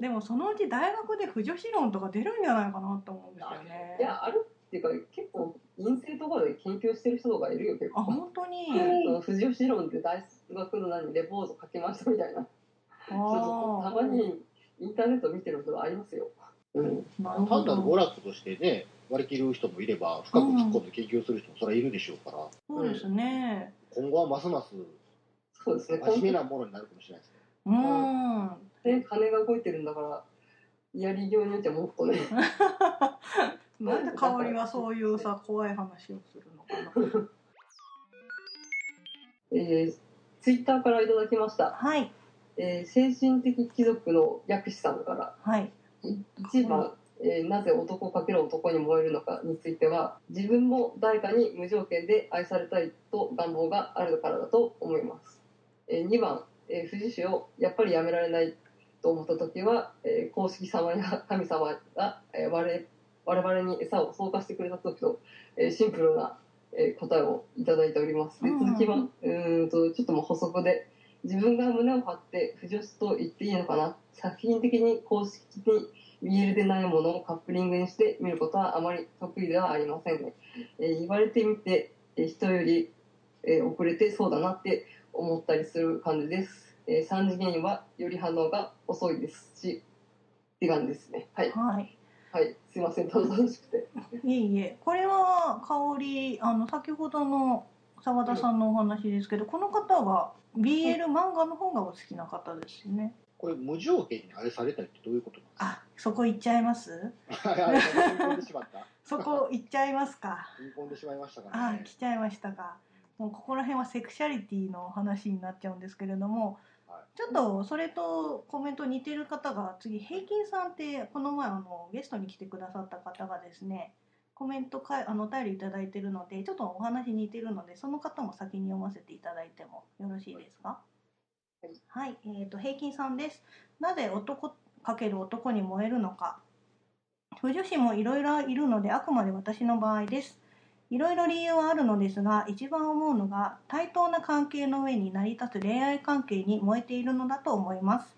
Speaker 1: でもそのうち大学で不女子論とか出るんじゃないかなと思うんですよ
Speaker 2: い
Speaker 1: ね
Speaker 2: や、あるっていうか、結構、陰性とかで研究してる人とかいるよ、結
Speaker 1: あ
Speaker 2: 構。
Speaker 1: 本当に
Speaker 2: その藤吉論って大学の何レポート書きましたみたいな。
Speaker 1: あ
Speaker 2: ちょっと
Speaker 1: あ
Speaker 2: たまにインターネット見てる人ありますよ。うん。
Speaker 1: なるほ
Speaker 3: 単なる
Speaker 1: ど
Speaker 3: 娯楽としてね割り切る人もいれば深く突っ込んで研究する人もそれはいるでしょうから、
Speaker 1: そうですね
Speaker 3: 今後はますます
Speaker 2: そうですね。こ
Speaker 3: 真面目
Speaker 2: ん
Speaker 3: なものになるかもしれないですね。
Speaker 1: うーん。
Speaker 2: ね、金が動いてるんだから、やりようによってはもっとね、
Speaker 1: なんで香りはそういうさ、怖い話をするのかな。
Speaker 2: えー、ツイッターからいただきました。
Speaker 1: はい。
Speaker 2: えー、精神的貴族の薬師さんから、
Speaker 1: はい。
Speaker 2: い一番、えーなぜ男かける男に燃えるのかについては、自分も誰かに無条件で愛されたいと願望があるからだと思います。えー、2番、えー、富士市をやっぱりやめられないと思った時は、えー公式様や <laughs> 神様が、えー我我々に餌を投下してくれた時と、えーシンプルな、えー答えをいただいております。で
Speaker 1: うんうん
Speaker 2: 続きは、うーんと、ちょっともう補足で、自分が胸を張って不女子と言っていいのかな作品的に公式に BL でないものをカップリングにして見ることはあまり得意ではありませんね。えー言われてみて、えー人より、えー遅れてそうだなって思ったりする感じです。えー、3次元はより反応が遅いですし、って感じですね。はい。
Speaker 1: はい。
Speaker 2: はい。すいません。ただ楽しくて。
Speaker 1: いえいえ。これは、香り、あの、先ほどの沢田さんのお話ですけど、この方は BL 漫画の方がお好きな方ですよね。
Speaker 3: これ、無条件に愛されたいってどういうこと
Speaker 1: あ、そこ行っちゃいます
Speaker 3: <laughs> なんですか踏み込んでしまった <laughs>
Speaker 1: そこ行っちゃいますか。
Speaker 3: 踏み込んでしまいましたから
Speaker 1: あ
Speaker 3: ね。
Speaker 1: 来ちゃいましたかもうここら辺はセクシャリティの話になっちゃうんですけれども、
Speaker 3: は
Speaker 1: ちょっとそれとコメント似てる方が次平均さんってこの前あのゲストに来てくださった方がですねコメントかいあのお便りいただいてるのでちょっとお話似てるのでその方も先に読ませていただいてもよろしいですか
Speaker 2: はい
Speaker 1: はい、えー、と平均さんですなぜ男かける男に燃えるのか不女子もいろいろいるのであくまで私の場合ですいろいろ理由はあるのですが一番思うのが対等な関係の上に成り立つ恋愛関係に燃えているのだと思います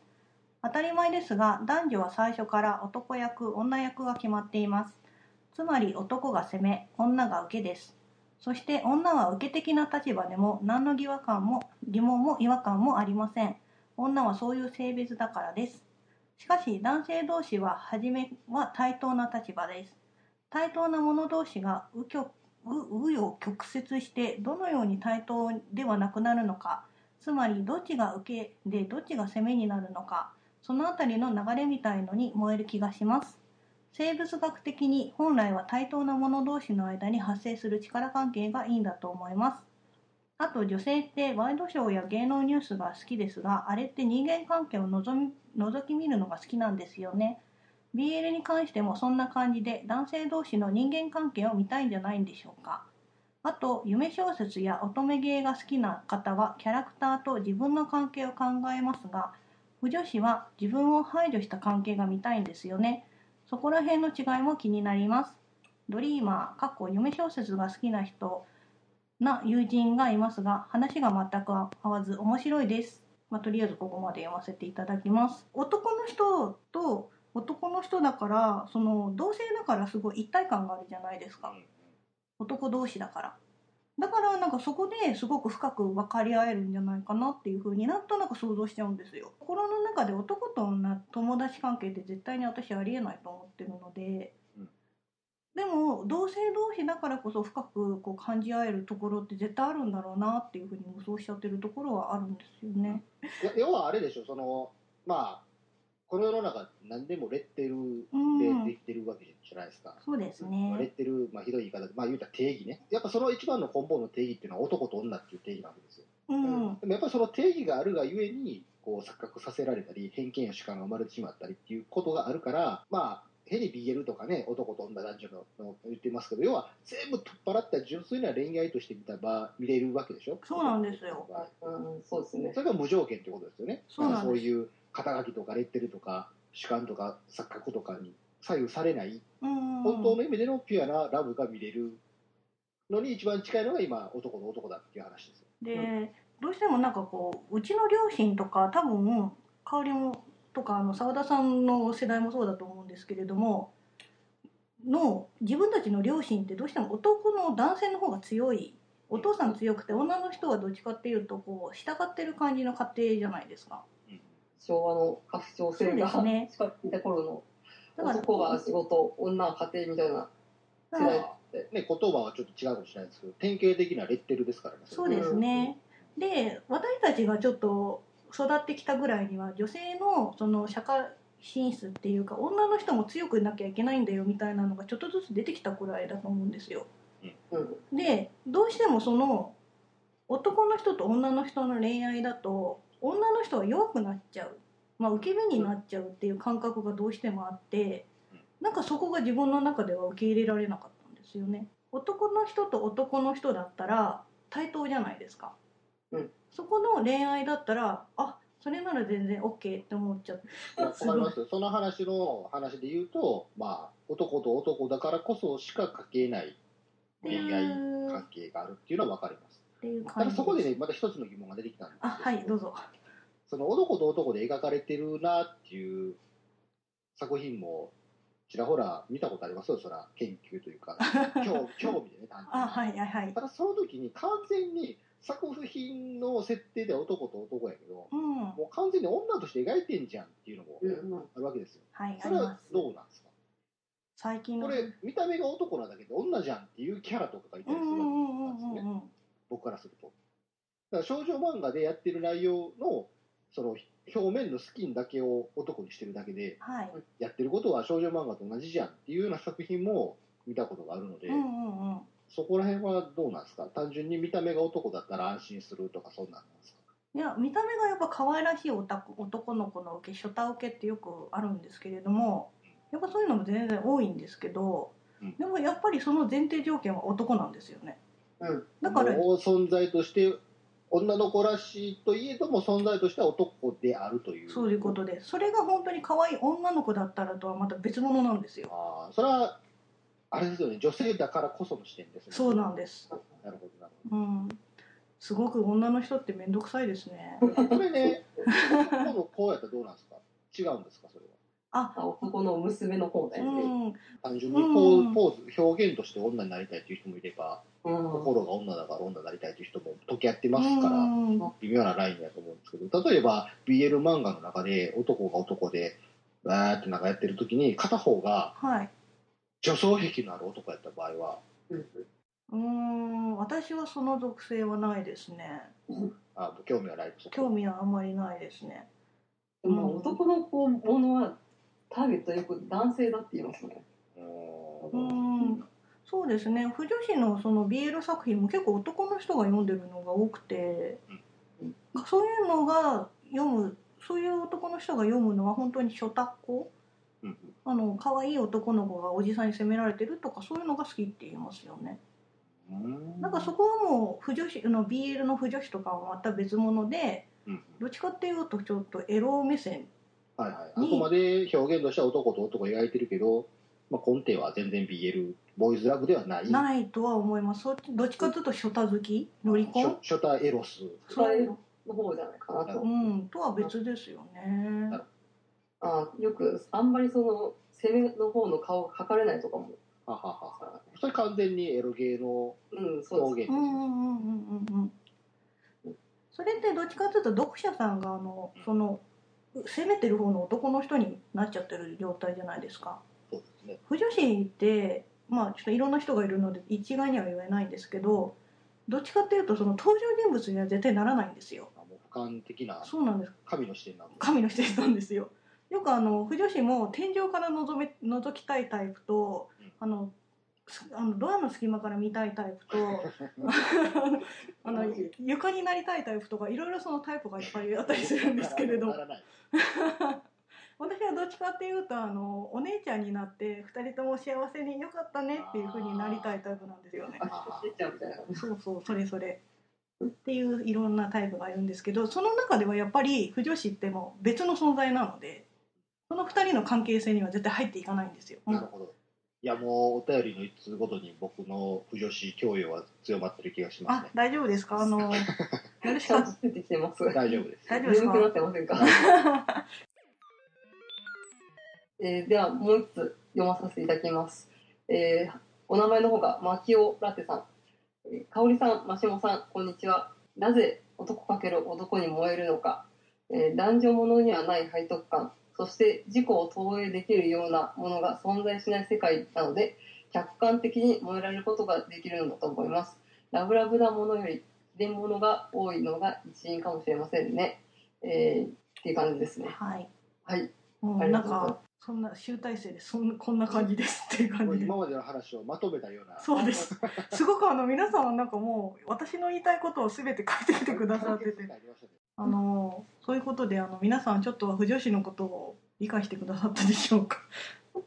Speaker 1: 当たり前ですが男女は最初から男役女役が決まっていますつまり男が攻め女が受けですそして女は受け的な立場でも何の疑和感も疑問も違和感もありません女はそういう性別だからですしかし男性同士は初めは対等な立場です対等な者同士が右極う紆余曲折してどのように対等ではなくなるのかつまりどっちが受けでどっちが攻めになるのかそのあたりの流れみたいのに燃える気がします生物学的に本来は対等な者同士の間に発生する力関係がいいんだと思いますあと女性ってワイドショーや芸能ニュースが好きですがあれって人間関係をのぞみ覗き見るのが好きなんですよね BL に関してもそんな感じで男性同士の人間関係を見たいんじゃないんでしょうかあと夢小説や乙女芸が好きな方はキャラクターと自分の関係を考えますが不女子は自分を排除した関係が見たいんですよねそこら辺の違いも気になりますドリーマーかっこ夢小説が好きな人な友人がいますが話が全く合わず面白いですまあ、とりあえずここまで読ませていただきます男の人と男の人だからその同性だからすごい一体感があるじゃないですか
Speaker 3: うん
Speaker 1: 男同士だからだからなんかそこですごく深く分かり合えるんじゃないかなっていうふうになんとなく想像しちゃうんですよ心の中で男と女友達関係って絶対に私ありえないと思ってるので、
Speaker 3: うん
Speaker 1: でも同性同士だからこそ深くこう感じ合えるところって絶対あるんだろうなっていうふうに無双しちゃってるところはあるんですよね
Speaker 3: いや要はあれでしょ、その、まあ、この世の中何でもレッテル
Speaker 1: う
Speaker 3: でで
Speaker 1: ん
Speaker 3: きてるわけじゃないですか。
Speaker 1: そうです
Speaker 3: まあレ
Speaker 1: ね
Speaker 3: ッテル、まあ、ひどい言い方で、まあ、言うたら定義ね。やっぱその一番の根本の定義っていうのは男と女っていう定義なわけですよ。
Speaker 1: うん
Speaker 3: でもやっぱりその定義があるがゆえに、こう錯覚させられたり、偏見や主観が生まれてしまったりっていうことがあるから、まあ、ヘリ BL とかね、男と女男女のの言ってますけど、要は全部取っ払った純粋な恋愛として見た場、見れるわけでしょ
Speaker 1: そうなんですよ
Speaker 3: はい
Speaker 2: うん、そうですね。
Speaker 3: それが無条件ってことですよね。
Speaker 1: そうなん
Speaker 3: だ
Speaker 1: です
Speaker 3: からそういう肩書きとかレッテルとか主観とか錯覚とかに左右されない、
Speaker 1: うん
Speaker 3: 本当の意味でのピュアなラブが見れるのに一番近いのが今、男と男だっていう話ですよ。
Speaker 1: で、
Speaker 3: う
Speaker 1: どうしてもなんかこううちの両親とか多分香りもとかあの澤田さんの世代もそうだと思うんですけれどもの自分たちの両親ってどうしても男の男性の方が強いお父さん強くて女の人はどっちかっていうとこう従ってる感じの家庭じゃないですか。
Speaker 3: うん
Speaker 2: 昭和の家父長制が
Speaker 1: そうですね
Speaker 2: 近づいた頃の
Speaker 1: だから
Speaker 2: 男は仕事、女は家庭みたいな世代
Speaker 3: あ
Speaker 2: って。
Speaker 3: ね、言葉はちょっと違うかもしれないですけど、典型的なレッテルですからね。
Speaker 1: そうですね。で、私たちがちょっと育ってきたぐらいには、女性のその社会進出っていうか、女の人も強くなきゃいけないんだよみたいなのがちょっとずつ出てきたくらいだと思うんですよ。
Speaker 2: うん。
Speaker 1: で、どうしてもその男の人と女の人の恋愛だと、女の人は弱くなっちゃう。まあ、受け身になっちゃうっていう感覚がどうしてもあって
Speaker 3: うん、
Speaker 1: なんかそこが自分の中では受け入れられなかったんですよね。男の人と男の人だったら対等じゃないですか。
Speaker 2: うん
Speaker 1: そこの恋愛だったら、あ、それなら全然 OK って思っちゃって。
Speaker 3: いやわかりますよその話の話で言うと、まあ、男と男だからこそしか書けない恋愛関係があるっていうのは分かります。
Speaker 1: っていう
Speaker 3: た
Speaker 1: 感
Speaker 3: だ
Speaker 1: じ。
Speaker 3: そこでね、また一つの疑問が出てきたんですけ
Speaker 1: あ、はい、どうぞ。
Speaker 3: その男と男で描かれてるなっていう作品も、ちらほら見たことありますよ、そら、研究という
Speaker 1: <laughs>
Speaker 3: か、興興味でね、単純に
Speaker 1: あ、はい、はい、はい。
Speaker 3: ただその時に完全に作品の設定では男と男やけど、
Speaker 1: うん。は
Speaker 3: もう完全に女として描いてんじゃんっていうのも
Speaker 2: うん。
Speaker 3: あるわけですよ。
Speaker 1: い、あ
Speaker 3: そ
Speaker 1: り
Speaker 3: れ
Speaker 1: ま
Speaker 3: は
Speaker 1: す。
Speaker 3: どうなんですか
Speaker 1: 最近の。
Speaker 3: これ、見た目が男なだけで女じゃんっていうキャラとかがいた
Speaker 1: う
Speaker 3: り
Speaker 1: ん
Speaker 3: す
Speaker 1: う
Speaker 3: るわ
Speaker 1: ん
Speaker 3: け
Speaker 1: う
Speaker 3: なん
Speaker 1: ん
Speaker 3: です
Speaker 1: うん
Speaker 3: ね
Speaker 1: うんうん。
Speaker 3: 僕からすると。だから少女漫画でやってる内容の、その表面のスキンだけを男にしてるだけで、
Speaker 1: はい。
Speaker 3: やってることは少女漫画と同じじゃんっていうような作品も見たことがあるので、
Speaker 1: うんうんうん。
Speaker 3: そこら辺はどうなんですか単純に見た目が男だったら安心するとかそんなんなんですか
Speaker 1: いや見た目がやっぱ可愛らしいオタク男の子の受け初太受けってよくあるんですけれどもやっぱそういうのも全然多いんですけど、
Speaker 3: うん
Speaker 1: でもやっぱりその前提条件は男なんですよね
Speaker 2: うん。
Speaker 1: だから
Speaker 3: もう存在として女の子らしいといえども存在としては男であるという
Speaker 1: そういうことでそれが本当に可愛い女の子だったらとはまた別物なんですよ
Speaker 3: ああそれはあれですよね女性だからこその視点ですね
Speaker 1: そうなんです
Speaker 3: なるほどなる
Speaker 1: うんすごく女の人って面倒くさいですね
Speaker 3: ほどこれね男の子やったらどうなんですか違うんですかそれは
Speaker 1: あ
Speaker 2: あ、男の娘の方
Speaker 1: う
Speaker 2: ね。
Speaker 1: ん
Speaker 3: 単純にポ
Speaker 1: う
Speaker 3: ー
Speaker 1: ん
Speaker 3: ポーズ表現として女になりたいという人もいれば
Speaker 2: うん。
Speaker 3: 心が女だから女になりたいという人も溶け合ってますから、
Speaker 1: うん
Speaker 3: 微妙なラインだと思うんですけど、例えば BL 漫画の中で男が男で、わーってなんかやってる時に、片方が
Speaker 1: はい
Speaker 3: 女装癖のある男やった場合は、
Speaker 1: うーん私はその属性はないですね
Speaker 3: あもう興味はないです。
Speaker 1: 興味はあんまりないですね
Speaker 2: でも男の子ものはターゲットよく男性だって言いますね。
Speaker 3: う
Speaker 1: う
Speaker 3: ーん
Speaker 1: んそうですね腐女子のその BL 作品も結構男の人が読んでるのが多くて、
Speaker 2: うん
Speaker 1: そういうのが読むそういう男の人が読むのは本当に初タッコ
Speaker 3: うん
Speaker 1: あの可愛い男の子がおじさんに責められてるとかそういうのが好きって言いますよね
Speaker 3: うん
Speaker 1: なんかそこはもう腐女子あの BL の腐女子とかはまた別物で
Speaker 3: うん
Speaker 1: どっちかっていうとちょっとエロ目線
Speaker 3: はいはい。あ
Speaker 1: に
Speaker 3: くまで表現としては男と男描いてるけど、まあ、根底は全然 BL、ボーイズラブではない。
Speaker 1: ないとは思いますそっちどっちかっていうと初タ好き乗り込
Speaker 3: ショタエロス。
Speaker 1: そう
Speaker 2: 伝えの方じゃないかなと。
Speaker 1: うんとは別ですよね
Speaker 3: なる
Speaker 2: あよくあんまりその攻めの方の顔描かれないとかも
Speaker 3: ははは。
Speaker 2: さ
Speaker 3: それ完全にエロゲーの
Speaker 2: うんそう
Speaker 3: 表
Speaker 2: です
Speaker 3: 現ですよ
Speaker 1: うんう
Speaker 3: ね。
Speaker 1: んうんうんうんうんそれってどっちかというと読者さんがあのその攻めてる方の男の人になっちゃってる状態じゃないですか
Speaker 3: そうですね。
Speaker 1: 不女子ってまあちょっといろんな人がいるので一概には言えないんですけどどっちかっていうとその登場人物には絶対ならないんですよ
Speaker 3: あもう俯瞰的な
Speaker 1: そうなんです
Speaker 3: 神の視点なんで。
Speaker 1: 神の人なんですよよくあの不女子も天井から覗め覗きたいタイプと
Speaker 3: うん
Speaker 1: あのすあのドアの隙間から見たいタイプとあの床になりたいタイプとかいろいろそのタイプがいっぱいあったりするんですけれど
Speaker 3: <laughs> ならない
Speaker 1: 私はどっちかっていうとあのお姉ちゃんになって2人とも幸せによかったねっていうふうになりたいタイプなんですよね。
Speaker 3: あ
Speaker 2: 出ちゃうみたいな
Speaker 1: そうそうそれそれっていういろんなタイプがいるんですけどその中ではやっぱり不女子ってもう別の存在なのでその2人の関係性には絶対入っていかないんですよ。
Speaker 3: ーなるほど。いやもうお便りの一通ごとに僕の不女子教養は強まってる気がします
Speaker 1: あ
Speaker 3: ね。
Speaker 1: 大丈夫ですかあのよろし
Speaker 2: ちゃ
Speaker 1: か
Speaker 2: ん
Speaker 1: っ
Speaker 2: と出てきてます
Speaker 3: 大丈夫です。
Speaker 1: <laughs> 大丈夫です
Speaker 2: 眠
Speaker 1: か
Speaker 2: くな <laughs> ってませんか <laughs> えーではもう一つ読まさせていただきます、えーお名前の方が牧尾ラテさん、えー、香織さんマシモさんこんにちはなぜ男かける男に燃えるのか、えー男女ものにはない背徳感そして自己を投影できるようなものが存在しない世界なので客観的に燃えられることができるのだと思います。ラブラブなものより秘伝ものが多いのが一因かもしれませんね。えー、っていう感じですね。
Speaker 1: はい。
Speaker 2: はい。
Speaker 1: も
Speaker 2: あ
Speaker 1: う
Speaker 2: り
Speaker 1: な
Speaker 2: が
Speaker 1: ん
Speaker 2: とうござい
Speaker 1: か、
Speaker 2: ます
Speaker 1: そんな集大成でそんなこんな感じですっていう感
Speaker 3: これ
Speaker 1: じで
Speaker 3: 今。までの話をまとめたような
Speaker 1: そうです。すごくあの皆さんはなんかもう私の言いたいことを全て書いてきてくださってて
Speaker 3: <laughs> 解決策ありましたね
Speaker 1: あのそういうことであの皆さんちょっとは不女子のことを理解してくださったでしょうか。う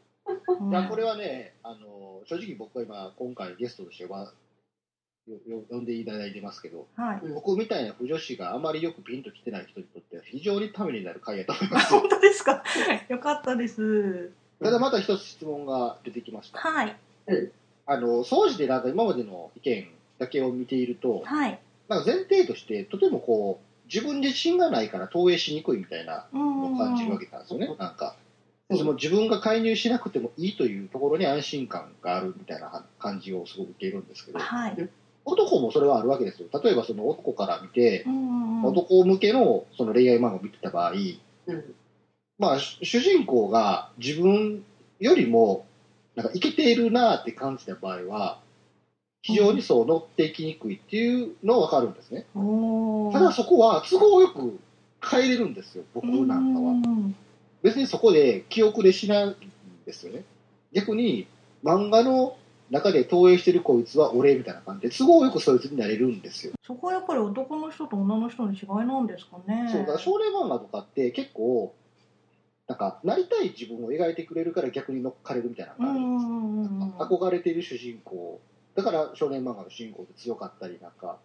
Speaker 1: ん
Speaker 3: いやこれはねあの正直僕は今今回ゲストとしてはよよ呼んでいただいてますけど
Speaker 1: はい。
Speaker 3: 僕みたいな不女子があまりよくピンときてない人にとっては非常にためになる回やと思います
Speaker 1: 本当ですか。よかったです。
Speaker 3: ただまた一つ質問が出てきました
Speaker 1: はい
Speaker 3: あの総じてなんか今までの意見だけを見ていると
Speaker 1: はい。
Speaker 3: なんか前提としてとてもこう自分自身がないから投影しにくいみたいな
Speaker 1: うん
Speaker 3: のを感じるわけなんですよね
Speaker 2: うん
Speaker 3: なんか
Speaker 2: うん
Speaker 3: その自分が介入しなくてもいいというところに安心感があるみたいな感じをすごく受けるんですけど
Speaker 1: はい。
Speaker 3: 男もそれはあるわけですよ例えばその男から見て
Speaker 1: うんうんうん。
Speaker 3: 男向けのその恋愛漫画を見てた場合、
Speaker 2: うん。
Speaker 3: まあ、主主人公が自分よりもなんかイケているなって感じた場合は非常にそう乗っていきにくいっていうのは分かるんですね、
Speaker 1: おー
Speaker 3: ただそこは都合よく変えれるんですよ僕なんかは、
Speaker 1: うんうん
Speaker 3: 別にそこで記憶でしないんですよね逆に漫画の中で投影してるこいつは俺みたいな感じで都合よくそいつになれるんですよ
Speaker 1: そこはやっぱり男の人と女の人の違いなんですかね。
Speaker 3: そうだから少年漫画とかって結構なんかなりたい自分を描いてくれるから逆に乗っかれるみたいなの
Speaker 1: う
Speaker 3: があ
Speaker 1: んう
Speaker 3: るんですよ
Speaker 1: んうんうん。
Speaker 3: 憧れてる主人公だから少年漫画の主人公って強かったりなんか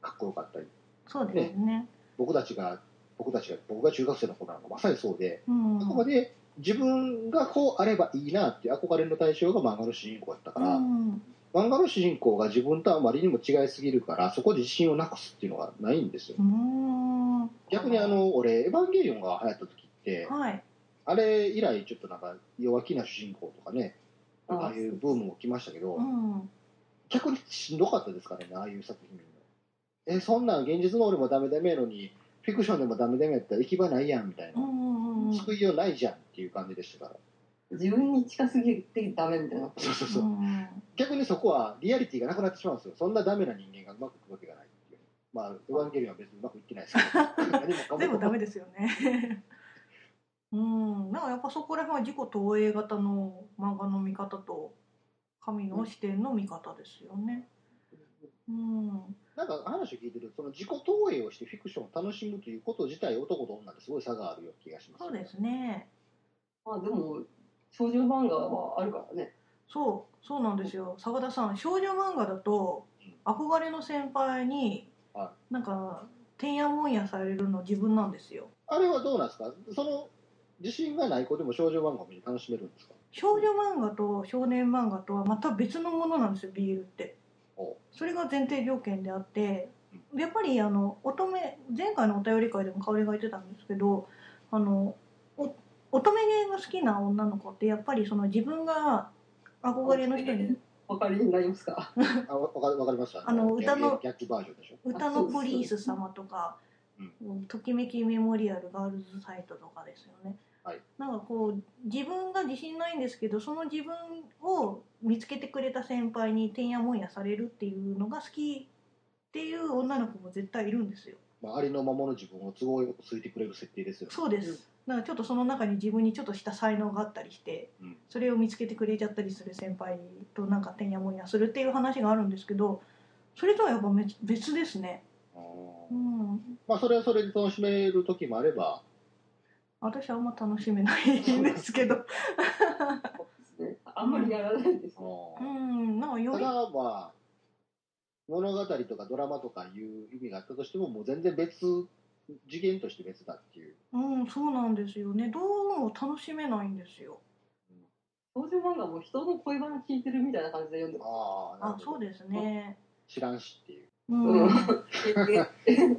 Speaker 3: かっこよかったり
Speaker 1: そうですね。
Speaker 3: 僕たちが僕たちが僕が中学生の頃なんかまさにそうで
Speaker 1: うん。
Speaker 3: あくまで自分がこうあればいいなっていう憧れの対象が漫画の主人公だったか
Speaker 1: う
Speaker 3: ら、
Speaker 1: ん。
Speaker 3: 漫画の主人公が自分とあまりにも違いすぎるからそこで自信をなくすっていうのがないんですよ
Speaker 1: うん。
Speaker 3: 逆にあの俺「エヴァンゲリオン」が流行った時って
Speaker 1: はい。
Speaker 3: あれ以来ちょっとなんか弱気な主人公とかね
Speaker 2: あー
Speaker 3: ああいうブームも来ましたけど、
Speaker 1: うん。
Speaker 3: 逆にしんどかったですからねああいう作品もえそんなん現実の俺もダメダメやのにフィクションでもダメダメやったら行き場ないやんみたい
Speaker 1: うんう
Speaker 3: な、
Speaker 1: んうんうん。
Speaker 3: 救いようないじゃんっていう感じでしたから
Speaker 2: 自分に近すぎてダメみたいな。
Speaker 3: そうそうそう、
Speaker 1: うんうん
Speaker 3: 逆にそこはリアリティがなくなってしまうんですよそんなダメな人間がうまくいくわけがないっていうまあエヴァンゲリオンは別にうまくいってないですけ
Speaker 1: <laughs>
Speaker 3: ど何もかも
Speaker 1: 全部ダメですよね。うん、なんかやっぱそこら辺は自己投影型の漫画の見方と神の視点の見方ですよね。うん、
Speaker 3: なんか話を聞いてるとその自己投影をしてフィクションを楽しむということ自体男と女ってすごい差があるような気がします
Speaker 1: そうですね。
Speaker 2: まあでも、少女漫画はあるからね。
Speaker 1: そう、そうなんですよ。澤田さん、少女漫画だと憧れの先輩に
Speaker 3: は
Speaker 1: なんかてんやもんやされるの自分なんですよ。
Speaker 3: あれはどうなんですかその自信がない子でも少女漫画を見て楽しめるんですか
Speaker 1: 少女漫画と少年漫画とはまた別のものなんですよビールって
Speaker 3: お
Speaker 1: それが前提条件であってやっぱりあの乙女前回のお便り会でも香りが言ってたんですけどあのお乙女芸が好きな女の子ってやっぱりその自分が憧れの人に
Speaker 2: わかりになります
Speaker 3: <laughs>
Speaker 2: か
Speaker 3: あわわかわかります
Speaker 1: あの歌の
Speaker 3: キャッキバージョンでしょ
Speaker 1: 歌のプリース様とか
Speaker 3: そうです、
Speaker 1: ときめきメモリアルガールズサイトとかですよね。
Speaker 3: はい
Speaker 1: なんかこう自分が自信ないんですけどその自分を見つけてくれた先輩にてんやもんやされるっていうのが好きっていう女の子も絶対いるんですよ。
Speaker 3: まあ、ありのままの自分を都合よくついてくれる設定ですよね
Speaker 1: そうです、なんかちょっとその中に自分にちょっとした才能があったりして、
Speaker 3: うん
Speaker 1: それを見つけてくれちゃったりする先輩となんかてんやもんやするっていう話があるんですけどそれとはやっぱ別別ですね。
Speaker 3: あ
Speaker 1: う
Speaker 3: ー
Speaker 1: ん
Speaker 3: まあそれはそれで楽しめる時もあれば
Speaker 1: 私はあんま楽しめないんですけど
Speaker 2: あんまりやらないです
Speaker 3: あ
Speaker 2: ね。
Speaker 1: う
Speaker 3: ー
Speaker 1: んなんかよ
Speaker 3: た
Speaker 1: り
Speaker 3: だまあ物語とかドラマとかいう意味があったとしてももう全然別次元として別だっていう
Speaker 1: うんそうなんですよねどうも楽しめないんですよ
Speaker 2: 少女漫画も人の恋バナ聞いてるみたいな感じで読んでま
Speaker 3: ああな
Speaker 1: あ
Speaker 3: る
Speaker 1: そ
Speaker 3: ほ
Speaker 1: う
Speaker 3: ど
Speaker 1: ですね
Speaker 3: 知らんしっていう
Speaker 1: うん、
Speaker 2: うんす。 <laughs> え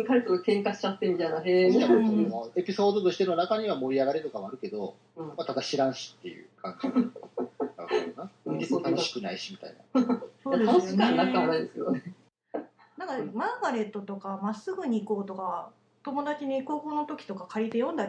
Speaker 2: え彼と喧嘩しちゃってみたいな、へえ、
Speaker 3: し
Speaker 2: みた
Speaker 3: か
Speaker 2: いな。
Speaker 3: もそのエピソードとしての中には盛り上がりとかもあるけど、
Speaker 2: うん
Speaker 3: まあ、ただ知らんしっていう感じなるほどな
Speaker 2: うん
Speaker 3: 見てて楽しくないしみたいな
Speaker 1: そうです
Speaker 2: 楽
Speaker 1: よね
Speaker 2: しくはなく
Speaker 1: な
Speaker 2: はなん
Speaker 1: か
Speaker 2: いですけどね。
Speaker 1: マーガレットとかまっすぐに行こうとか友達に高校の時とか借りて読んだ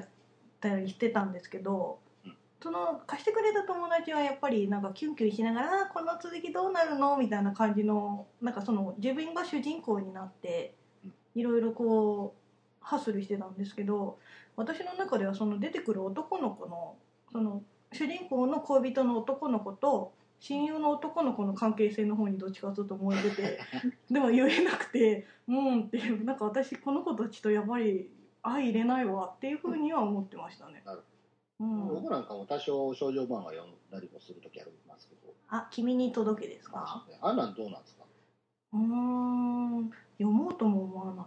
Speaker 1: りしてたんですけど、
Speaker 3: うん
Speaker 1: その貸してくれた友達はやっぱりなんかキュンキュンしながらあーこの続きどうなるのみたいな感じのなんかその自分が主人公になって
Speaker 3: うん
Speaker 1: いろいろこうハッスルしてたんですけど私の中ではその出てくる男の子のその主人公の恋人の男の子と親友の男の子の関係性の方にどっちかちょっと燃えて
Speaker 3: <laughs>
Speaker 1: てでも言えなくて「うん」っていうなんか私この子たちとやっぱり相入れないわっていうふうには思ってましたね。
Speaker 3: なる
Speaker 1: うん
Speaker 3: 僕なんかも多少少女漫画読んだりもするときありますけど、
Speaker 1: あ、君に届けです
Speaker 3: あ
Speaker 1: か。
Speaker 3: あんなんどうなんですか
Speaker 1: うーん、読もうとも思わない。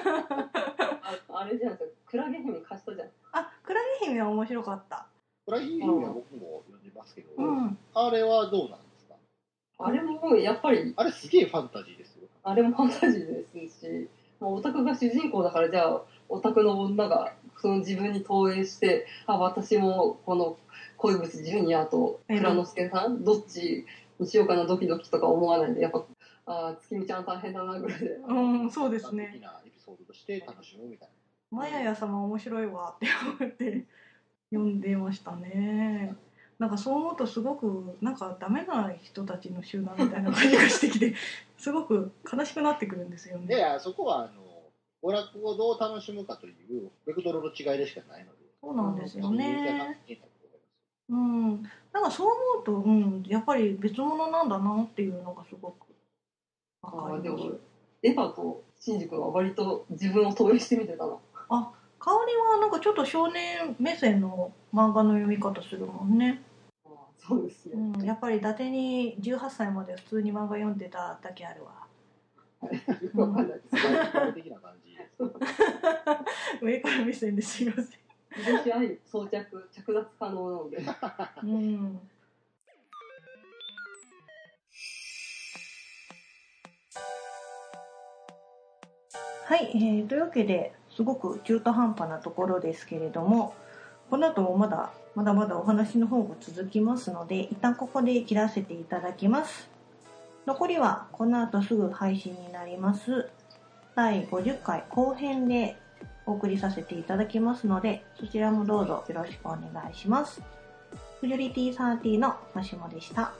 Speaker 2: ああれじゃないですかクラゲ姫貸したじゃん
Speaker 1: あ、クラゲ姫は面白かった。
Speaker 3: これはいい意味は僕も読んでますけど、
Speaker 1: うん。
Speaker 3: あれはどうなんですか
Speaker 2: あれもやっぱり
Speaker 3: あれすげえファンタジーですよ。
Speaker 2: あれもファンタジーですし、もうオタクが主人公だから、じゃあ、オタクの女が、その自分に投影して、あ、私も、この、恋物ジュニアと、蔵之介さん、どっちにしようかな、ドキドキとか思わないで、やっぱ、あー月見ちゃん大変だな、ぐらいで。
Speaker 1: うん、そうです
Speaker 3: 一般
Speaker 1: ね。
Speaker 3: 的なエピソードとして楽しむみたい
Speaker 1: マヤヤ様面白いわって思って読んでましたね。なんかそう思うとすごくなんかダメな人たちの集団みたいな感じがしてき <laughs> て、すごく悲しくなってくるんですよ
Speaker 3: な。
Speaker 1: ね。
Speaker 3: で、そこは、あの、娯楽をどう楽しむかという、ベクトルの違いでしかないので、
Speaker 1: そうなんですよ
Speaker 3: 本当に有限な
Speaker 1: ね。
Speaker 3: 経験だと思います
Speaker 1: うん。なんかそう思うと、うん、やっぱり別物なんだなっていうのがすごく
Speaker 2: あ
Speaker 1: わか
Speaker 2: ー
Speaker 1: り
Speaker 2: で
Speaker 1: ます
Speaker 2: も。、エヴァとシンジ君は割と自分を投影してみてたな。
Speaker 1: 香りはなんかちょっと少年目線の漫画の読み方するもんね、
Speaker 2: あーそうです
Speaker 1: う
Speaker 2: ね。
Speaker 1: ん、やっぱり伊達に18歳までは普通に漫画読んでただけあるわ
Speaker 2: よくわかんないです。
Speaker 3: 世界的な感じですけど。
Speaker 1: 上から目線ですいませ
Speaker 2: 私愛装着、着脱可能なので。
Speaker 1: ん、うん、はい、えーというわけですごく中途半端なところですけれどもこの後もまだまだまだお話の方が続きますので一旦ここで切らせていただきます残りはこの後すぐ配信になります第50回後編でお送りさせていただきますのでそちらもどうぞよろしくお願いしますフジュリティサーティのマシモでした